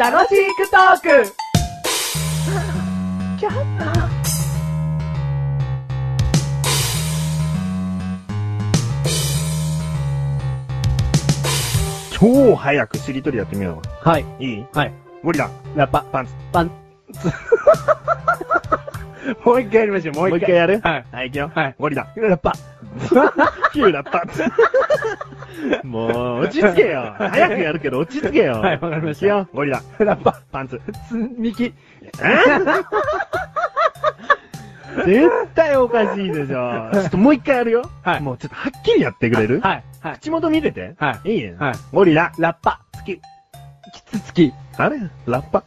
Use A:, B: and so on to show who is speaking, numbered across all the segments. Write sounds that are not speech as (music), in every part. A: 楽しくトーク
B: 超早くしりとりやってみよ
C: はい。
B: う。いい
C: はい。
B: ゴリラ、
C: ラッパ。
B: パンツ。
C: パン。
B: (laughs) もう一回やりましょう。もう一回やる
C: はい。
B: はい、いくよ。
C: はい
B: ゴリラ、ラ (laughs) ッパ。キューラッパ。 (laughs) もう、落ち着けよ。早くやるけど落ち着けよ。
C: はいわかりました
B: いくよ。ゴリラ、
C: ラッパ。
B: パンツ。
C: つ、みき。
B: 絶対おかしいでしょ。ちょっともう一回やるよ。
C: はい
B: もうちょっとはっきりやってくれる
C: はい。はい。
B: 口元見てて。。
C: はい
B: いいね。
C: はい
B: ゴリラ、
C: ラッパ。
B: 好き。
C: キツツキ。
B: あれラッパ。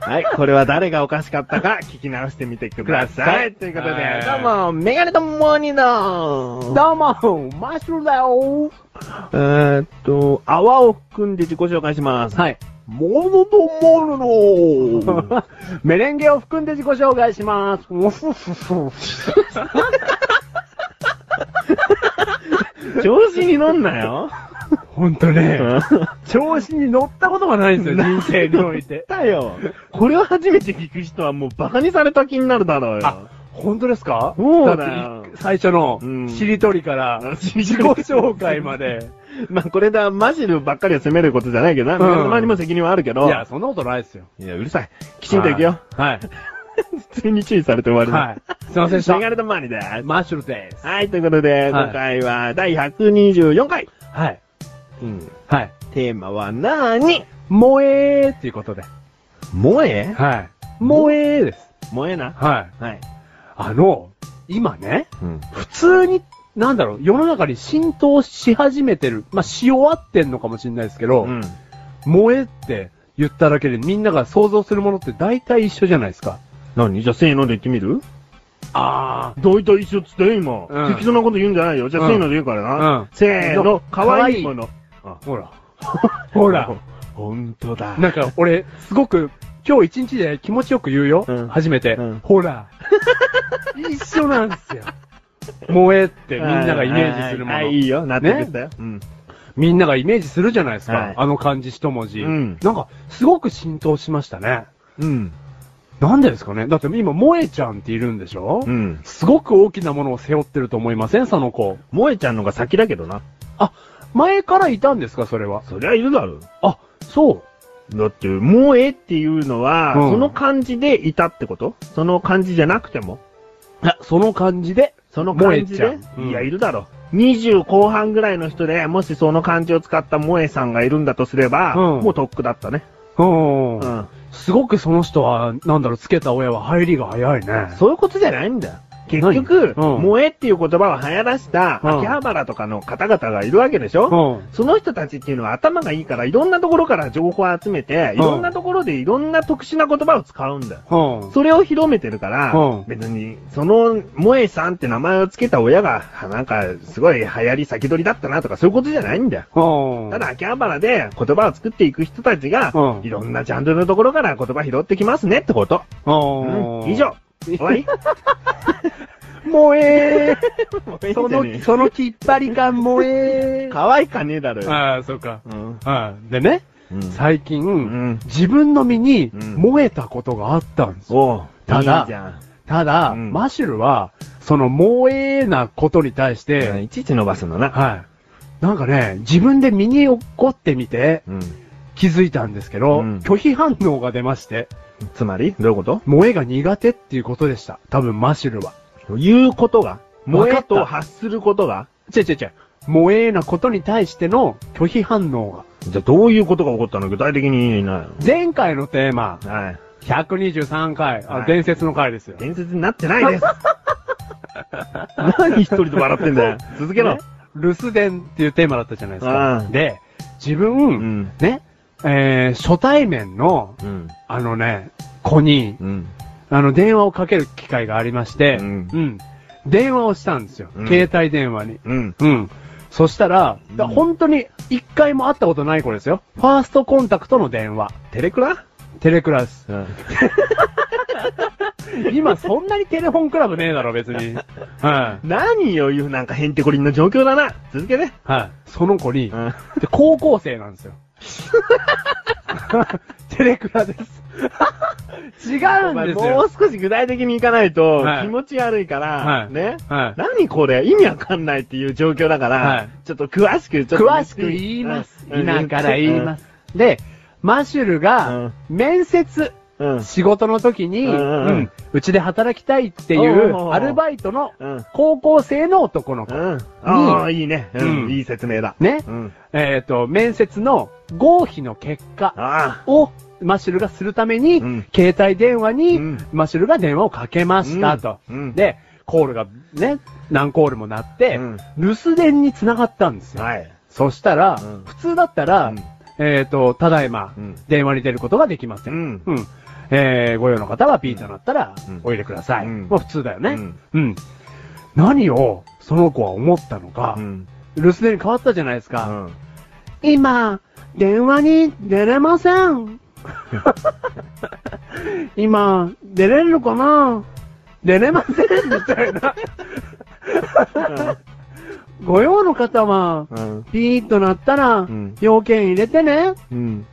B: はい、これは誰がおかしかったか聞き直してみてください。ということで、ど
C: はいう
B: も、メガネとモーニーの
C: どうも、マッシュルだよ
B: えーっと、泡を組んで自己紹介します。
C: はい。
B: モーノとモールのメレンゲを含んで自己紹介します。
C: おふふふ。
B: (laughs) 調子に乗んなよ。
C: ほんとね
B: うん
C: 調子に乗ったことがないんですよ、
B: (laughs)
C: 人生において。
B: だよ。これを初めて聞く人はもうバカにされた気になるだろうよ
C: あ。本当ですか
B: そうだ
C: だっ
B: よ
C: て最初の
B: うん、
C: しりとりから、自己紹介まで。
B: まあ、これだ、マジルばっかりを責めることじゃないけどな。
C: うん
B: 皆様にも責任はあるけ
C: い
B: ど。
C: や、そんなことないですよ。
B: いや、うるさい。きちんと行くよ。
C: はい。
B: 普通に注意されて終わりだ。
C: はい。すいませんでし
B: メガ
C: た。
B: ネとマニだ。
C: マッシュルです。
B: はい、ということで、
C: はい
B: 今回は第124回。
C: はい。
B: うん。
C: はい。
B: テーマはなーに
C: 萌えーっていうことで。
B: 萌え
C: はい。萌えーです。
B: 萌えな。
C: はい。
B: はい。
C: あの、今ね、
B: うん。
C: 普通に、なんだろう、世の中に浸透し始めてる。まあ、し終わってんのかもしれないですけど、
B: うん。
C: 萌えって言っただけでみんなが想像するものって大体一緒じゃないですか。
B: 何じゃあせーので言ってみる
C: あ
B: 大体一緒っつって今。
C: うん
B: 適当なこと言うんじゃないよ。じゃあ
C: うん
B: せーので言うから
C: あ。う
B: な。
C: ん。
B: せーの、か
C: か
B: わ
C: わ
B: い
C: い
B: い
C: い
B: もの。
C: ほら。 (laughs) ほら。。
B: ほんとだ。
C: なんか俺、すごく、今日一日で気持ちよく言うよ。
B: うん
C: 初めて、
B: うん
C: ほ (laughs) ら。一緒なんですよ。萌えってみんながイメージするもの。
B: はいはいはいいいよ、なってくったよ。うん。
C: みんながイメージするじゃないですか。
B: はい
C: あの漢字一文字。
B: うん
C: なんか、すごく浸透しましたね。
B: うん。
C: なんでですかねだって今、萌えちゃんっているんでしょ、
B: うん。
C: すごく大きなものを背負ってると思いませんその子。
B: 萌えちゃんのが先だけどな。
C: あ、前からいたんですかそれは。
B: そりゃいるだろう。
C: あ、そう。
B: だって、萌えっていうのは、
C: うん
B: その漢字でいたってことその漢字じゃなくても
C: あ、その漢字で。
B: その漢字で、
C: 萌えちゃんうん
B: いや、いるだろう。20後半ぐらいの人で、もしその漢字を使った萌えさんがいるんだとすれば、
C: うん
B: もうとっくだったね。
C: うん。
B: うん。
C: すごくその人は、なんだろう、つけた親は入りが早いね。
B: そういうことじゃないんだよ。結局、
C: 何うん
B: 萌えっていう言葉を流行らした、
C: うん
B: 秋葉原とかの方々がいるわけでしょ、
C: うん。
B: その人たちっていうのは頭がいいから、いろんなところから情報を集めて、いろんなところでいろんな特殊な言葉を使うんだよ。
C: うん。
B: それを広めてるから、
C: うん
B: 別に、その、萌えさんって名前を付けた親が、あなんか、すごい流行り先取りだったなとか、そういうことじゃないんだよ。
C: うん。
B: ただ、秋葉原で言葉を作っていく人たちが、
C: うん
B: いろんなジャンルのところから言葉拾ってきますねってこと。
C: うん。
B: 以上。。終わ
C: (laughs)
B: り (laughs)
C: 萌えー。そ
B: その
C: の、そのきっぱり感萌えー。
B: 可愛いかねえだろよ。
C: ああ、そうか。
B: うん。
C: はい。でね、
B: うん。
C: 最近、
B: ん
C: 自分の身に
B: うん
C: 燃えたことがあったんですよ。
B: おう
C: ただ
B: いいじゃん
C: ただ、
B: うん
C: マシュルは、その萌えなことに対し
B: うん
C: て、
B: いちいち伸ばすのな。
C: はい。なんかね、自分で身に起こってみて、
B: うん。
C: 気づいたんですけど、
B: うん
C: 拒否反応が出まして、
B: つまり、どういうこと
C: 萌えが苦手っていうことでした。多分マシュルは。
B: 言うことが萌えと
C: わか
B: 発することが
C: 違う違う違う。萌えなことに対しての拒否反応が。
B: じゃあどういうことが起こったの具体的に言いな
C: 前回のテーマ、
B: よ。はい。
C: 123回、あ
B: はい
C: 伝説の回ですよ。
B: 伝説になってないです。何一人で笑ってんだよ。続けろ
C: ね。留守電っていうテーマだったじゃないです
B: う
C: か
B: ん。
C: で、自分、
B: ん。
C: ね、えー、初対面の、
B: うん。
C: あのね、子に、
B: うん。
C: あの、電話をかける機会がありまして、
B: う
C: うんん。電話をしたんですよ。
B: うん
C: 携帯電話に。
B: うん。
C: うん。そしたら、
B: うん
C: だ本当に一回も会ったことない子ですよ。ファーストコンタクトの電話。
B: テレクラ
C: テレクラス。
B: うん
C: 今そんなにテレフォンクラブねえだろ、別
B: (laughs)
C: に。はい。
B: 何よ、いうなんかヘンテコリンの状況だな。続けて。
C: はい。その子に、
B: うん。
C: で高校生なん (laughs) ですよ。テレクラです。違
B: お
C: うん
B: 前
C: です
B: も
C: よ
B: う。少し具体的にいかないと、
C: はい
B: 気持ち悪いから、
C: はい
B: ね。
C: はい。
B: 何これ意味わかんないっていう状況だから、
C: はい
B: ちょっと詳しく、ちょっと。
C: 詳しく言います。
B: うん。
C: 今から言いますす。で、マシュルが、面接、
B: うん。うん
C: 仕事の時に、
B: う
C: う
B: う
C: ん
B: んうん
C: んうちで働きたいって
B: おう
C: い
B: おうお
C: う、
B: う
C: アルバイトの
B: うん。
C: 高校生の男の
B: う
C: 子。
B: ん。ああ、いいね、うん。
C: うん
B: いい説明だ。
C: ね
B: う。ん。
C: えっと、面接の合否の結果
B: ああ。
C: を、マシュルがするために
B: うん、
C: 携帯電話
B: う
C: に
B: ん、
C: マシュルが電話をかけましたと。
B: うんうん
C: で、コールがね、何コールも鳴って
B: うん、
C: 留守電に繋がったんですよ。
B: はい。
C: そしたら、
B: うん
C: 普通だったら、
B: うん
C: えっ、と、ただいま、
B: うん
C: 電話に出ることができません。
B: うん
C: えーご用の方は P となったら
B: うん、
C: お入れください。
B: うん
C: まあ普通だよね、
B: う
C: うんん。何を、その子は思ったのか、
B: うん。
C: 留守電に変わったじゃないです
B: う
C: か。
B: ん。
C: 今、電話に出れませ
B: (laughs)
C: ん。今、出れるのかな出れません、みたいな。ご用の方は、
B: うん。
C: ピーッとなったら、
B: ん
C: 要件入れてね、
B: うん。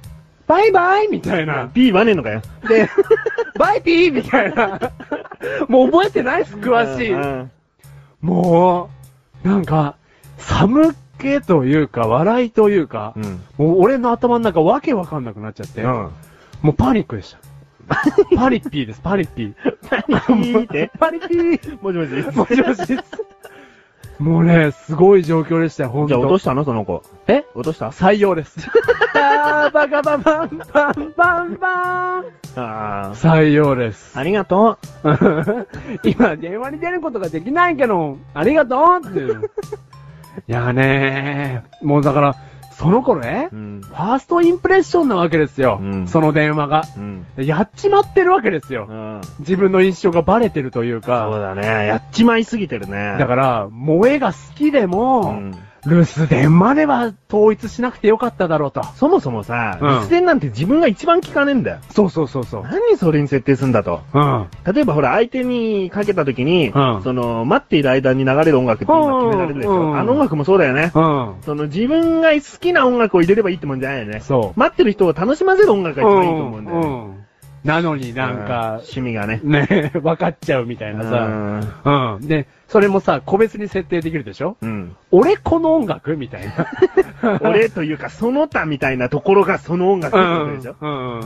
C: バイバイみたい
B: な
C: な。
B: ピーはねえのかよ。
C: で、バイピーみたいな。もう覚えてないっす、詳し
B: う
C: い。
B: ん
C: もう、なんか、寒気というか、笑いというか、
B: うん。
C: もう俺の頭の中わけわかんなくなっちゃって、
B: うん。
C: もうパニックでした。パリッピーです、パリッピー。
B: 何言って。
C: パリッピー。
B: もしもし。
C: もしもしです。もうね、すごい状況でしたよ、ほん
B: じゃあ落
C: と
B: と。したのその子。
C: え
B: 落としたあ
C: 採用です。あーバカバンバンバンバンバン。
B: あ。
C: 採用です。
B: ありがと
C: (laughs) 今、電話に出ることができないけど、ありがとうっていう。いやねー、もうだから、その頃ね、
B: う。うん
C: フ。ァーストインプレッションなわけですよ、
B: うん
C: その電話が。
B: うん。
C: やっちまってるわけです
B: う
C: よ。
B: ん。
C: 自分の印象がバレてるという
B: そう
C: か、
B: だね。やっちまいすぎてるね。
C: だから、萌えが好きでも、
B: うん
C: 留守電までは統一しなくてよかっただろうと。
B: そもそもさ、
C: うん
B: 留守電なんて自分が一番聞かねえんだよ。
C: そうそうそうそう。
B: 何それに設定すんだと。
C: うん。
B: 例えばほら、相手にかけた時に、
C: うん
B: その、待っている間に流れる音楽って今決められるでしょ。
C: うんうん
B: あの音楽もそうだよね。
C: うん。
B: その、自分が好きな音楽を入れればいいってもんじゃないよね。
C: そう。
B: 待ってる人を楽しませる音楽が一番いいと思うんだよね。
C: んんなのになん
B: う
C: か、
B: 趣味がね。
C: ね、 (laughs) 分かっちゃうみたいなさ。
B: う
C: うん。で、それもさ、個別に設定できるでしょ
B: ん。
C: 俺この音楽みたいな。
B: 俺というか、その他みたいなところが (laughs) その音楽ってことでしょ。
C: うん。うん。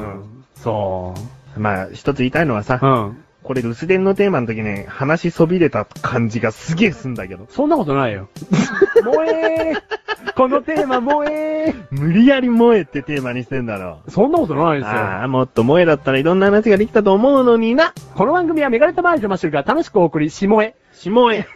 C: そ
B: まあ、一つ言いたいのはさ
C: う。う、ん。
B: これ留守電のテーマの時に話しそびれた感じがすげえすんだけど。
C: そんなことないよ。萌えーこのテーマ萌えー
B: 無理やり萌えってテーマにしてんだろ。
C: そんなことないですよ。
B: ああ、もっと萌えだったらいろんな話ができたと思うのにな。
C: この番組はメガネタマージョマシュルが楽しくお送り、しもえ。
B: しもえ。